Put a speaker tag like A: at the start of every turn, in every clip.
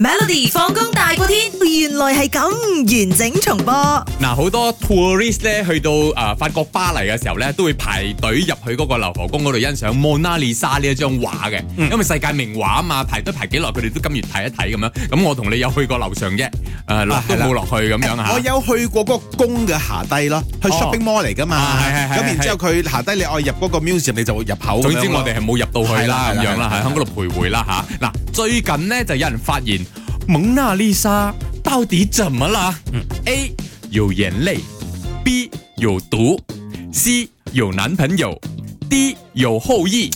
A: Melody 放工大過天，原來係咁完整重播。
B: 嗱，好多 tourist 咧去到啊、法國巴黎嘅時候咧，都會排隊入去嗰個流浮宮嗰度欣賞《蒙娜麗莎》呢一張畫嘅，
C: 嗯
B: 因為世界名畫啊嘛，排隊排幾耐，佢哋都甘願睇一睇咁樣。咁我同你有去過樓上啫，誒、落
C: 啊
B: 都
C: 係啦
B: 冇落去咁樣嚇。
C: 我有去過嗰個宮嘅下低咯，去
B: 哦
C: shopping mall 嚟噶嘛。
B: 啊係係係
C: 咁然之後佢下低你愛入嗰個 museum，你就入口咁樣咯。
B: 總之我哋係冇入到去啦，
C: 係啦
B: 咁樣啦，
C: 係
B: 喺
C: 啦
B: 香港度徘徊啦吓，嗱，最近呢，就有人發現《蒙娜麗莎》到底怎麼啦、a
C: 嗯
B: 有眼淚，B 有毒，C 有男朋友，D 有後羿。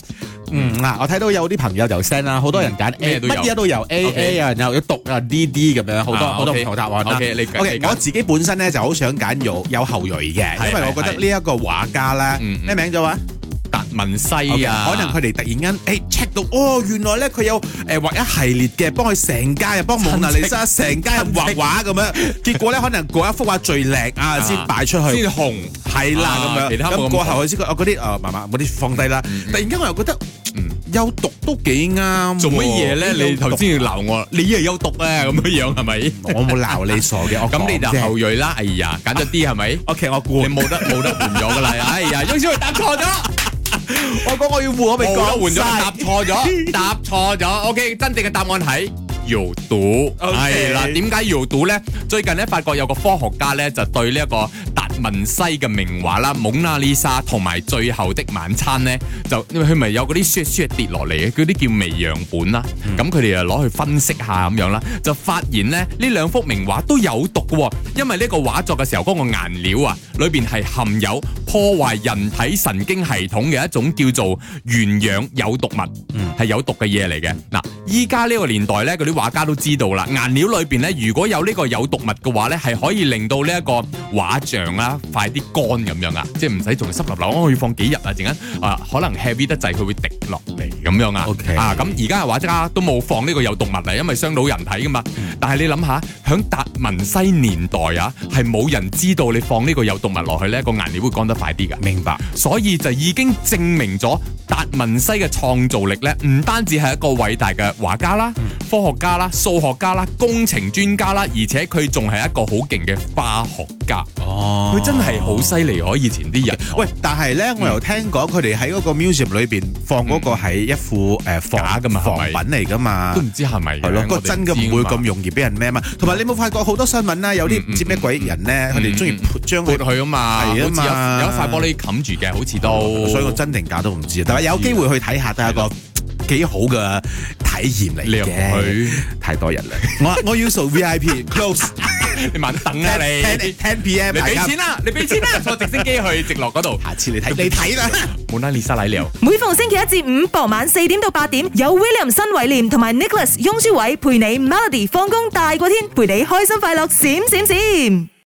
C: 嗯嗱，我睇到有啲朋友就 send 啦，好多人揀
B: 咩
C: A，
B: 都有
C: 乜嘢都有 A
B: OK
C: A 啊，有有讀啊 D D 咁樣，好多
B: 啊
C: 好多
B: OK
C: 唔同答案啦。
B: OK，你揀你
C: OK，
B: 揀
C: 我自己本身咧就好想揀有有後裔嘅，
B: 係
C: 因為我覺得呢一個畫家咧
B: 嗯，嗯
C: 咩名咗話？
B: 達文西
C: OK，
B: 啊，
C: 可能佢哋突然間誒 check 到，哦，原來咧佢有誒畫一系列嘅，幫佢成家又幫蒙娜麗莎成家人畫畫咁樣，結果咧可能嗰一幅畫最靚啊，
B: À.
C: 先擺出去。
B: 先紅，
C: 係啦咁
B: 啊
C: 樣，
B: 其他冇咁
C: 咁過後佢先覺得哦嗰啲誒麻麻嗰啲放低啦。突然間我又覺得
B: 嗯
C: 有毒都幾啱。
B: 做乜嘢咧？你頭先要鬧我，你又有毒啊咁樣樣係咪？
C: 我冇鬧你傻嘅，我
B: 咁你就
C: 後
B: 後鋭啦，哎呀，揀咗 D 係咪？
C: O K，
B: 你
C: 我估
B: 冇得冇得換咗 噶啦，哎呀，翁小慧答錯咗，
C: 我講我要換，我咪
B: 冇得換
C: 講
B: 咗，答
C: 晒。
B: 錯咗，答錯咗。OK，真正嘅答案係。搖賭
C: OK
B: 係啦，點解搖賭呢？最近呢，法國有個科學家呢，就對呢一個達文西嘅名畫啦《蒙娜麗莎》同埋《最後的晚餐》呢，就因為佢咪有嗰啲雪雪跌落嚟嘅，嗰啲叫微樣本啦。咁佢哋又攞去分析下咁樣啦，就發現呢，呢兩幅名畫都有毒嘅喎，因為呢個畫作嘅時候嗰個顏料啊，裏邊係含有破壞人體神經系統嘅一種叫做原氧有毒物。係有毒嘅嘢嚟嘅。嗱，依家呢個年代呢，嗰啲畫家都知道啦，顏料裏邊呢，如果有呢個有毒物嘅話呢，係可以令到呢一個畫像啦快啲乾咁樣啊，即係唔使仲濕立立，我要放幾日啊，陣間啊可能 heavy 得滯，佢會滴落嚟咁樣啊。
C: OK
B: 啊，咁而家嘅畫家都冇放呢個有毒物嚟，因為傷到人體噶嘛。但係你諗下，響達文西年代啊，係冇人知道你放呢個有毒物落去呢，個顏料會乾得快啲㗎。
C: 明白，
B: 所以就已經證明咗達文西嘅創造力咧，唔單止係一個偉大嘅畫家啦、
C: 嗯
B: 科學家啦、數學家啦、工程專家啦，而且佢仲係一個好勁嘅化學家。
C: 哦
B: 佢真係好犀利，我以前啲人
C: 喂，但係
B: 嗯
C: 咧，我又聽講佢哋喺嗰個 museum 裏邊放嗰個係一副誒
B: 假
C: 仿
B: 㗎嘛係
C: 仿
B: 咪
C: 品嚟噶嘛
B: 都。唔知係咪嘅
C: 係啊咯，
B: 我
C: 個
B: 哋
C: 真嘅唔會咁
B: 知
C: 容易俾人咩嘛。同埋你有冇發覺好多新聞啦，
B: 嗯
C: 有啲唔知咩鬼人咧，佢哋中意潑將
B: 嘛
C: 佢
B: 撥。佢啊嘛，好似
C: 係
B: 有
C: 啊嘛
B: 有一塊玻璃冚住嘅，好啊似都。
C: 哦所以我真定假都唔知，啊但係有機會去睇下都係一個幾好嘅體驗嚟
B: 你入
C: 嘅。
B: 去，
C: 太多人啦，我我要做 VIP close
B: 你慢等 啊
C: ten
B: 你
C: ten。ten p.m.
B: 你俾
C: 大家
B: 錢啦，你俾錢啦，坐直升機去直落 嗰度。
C: 下次你睇你睇啦。
B: 冇啦，麗莎奶料。
A: 每逢星期一至五傍晚四點到八點，有 William 新偉廉同埋 Nicholas 雍舒偉陪你 Melody 放工大過天，陪你開心快樂閃閃閃。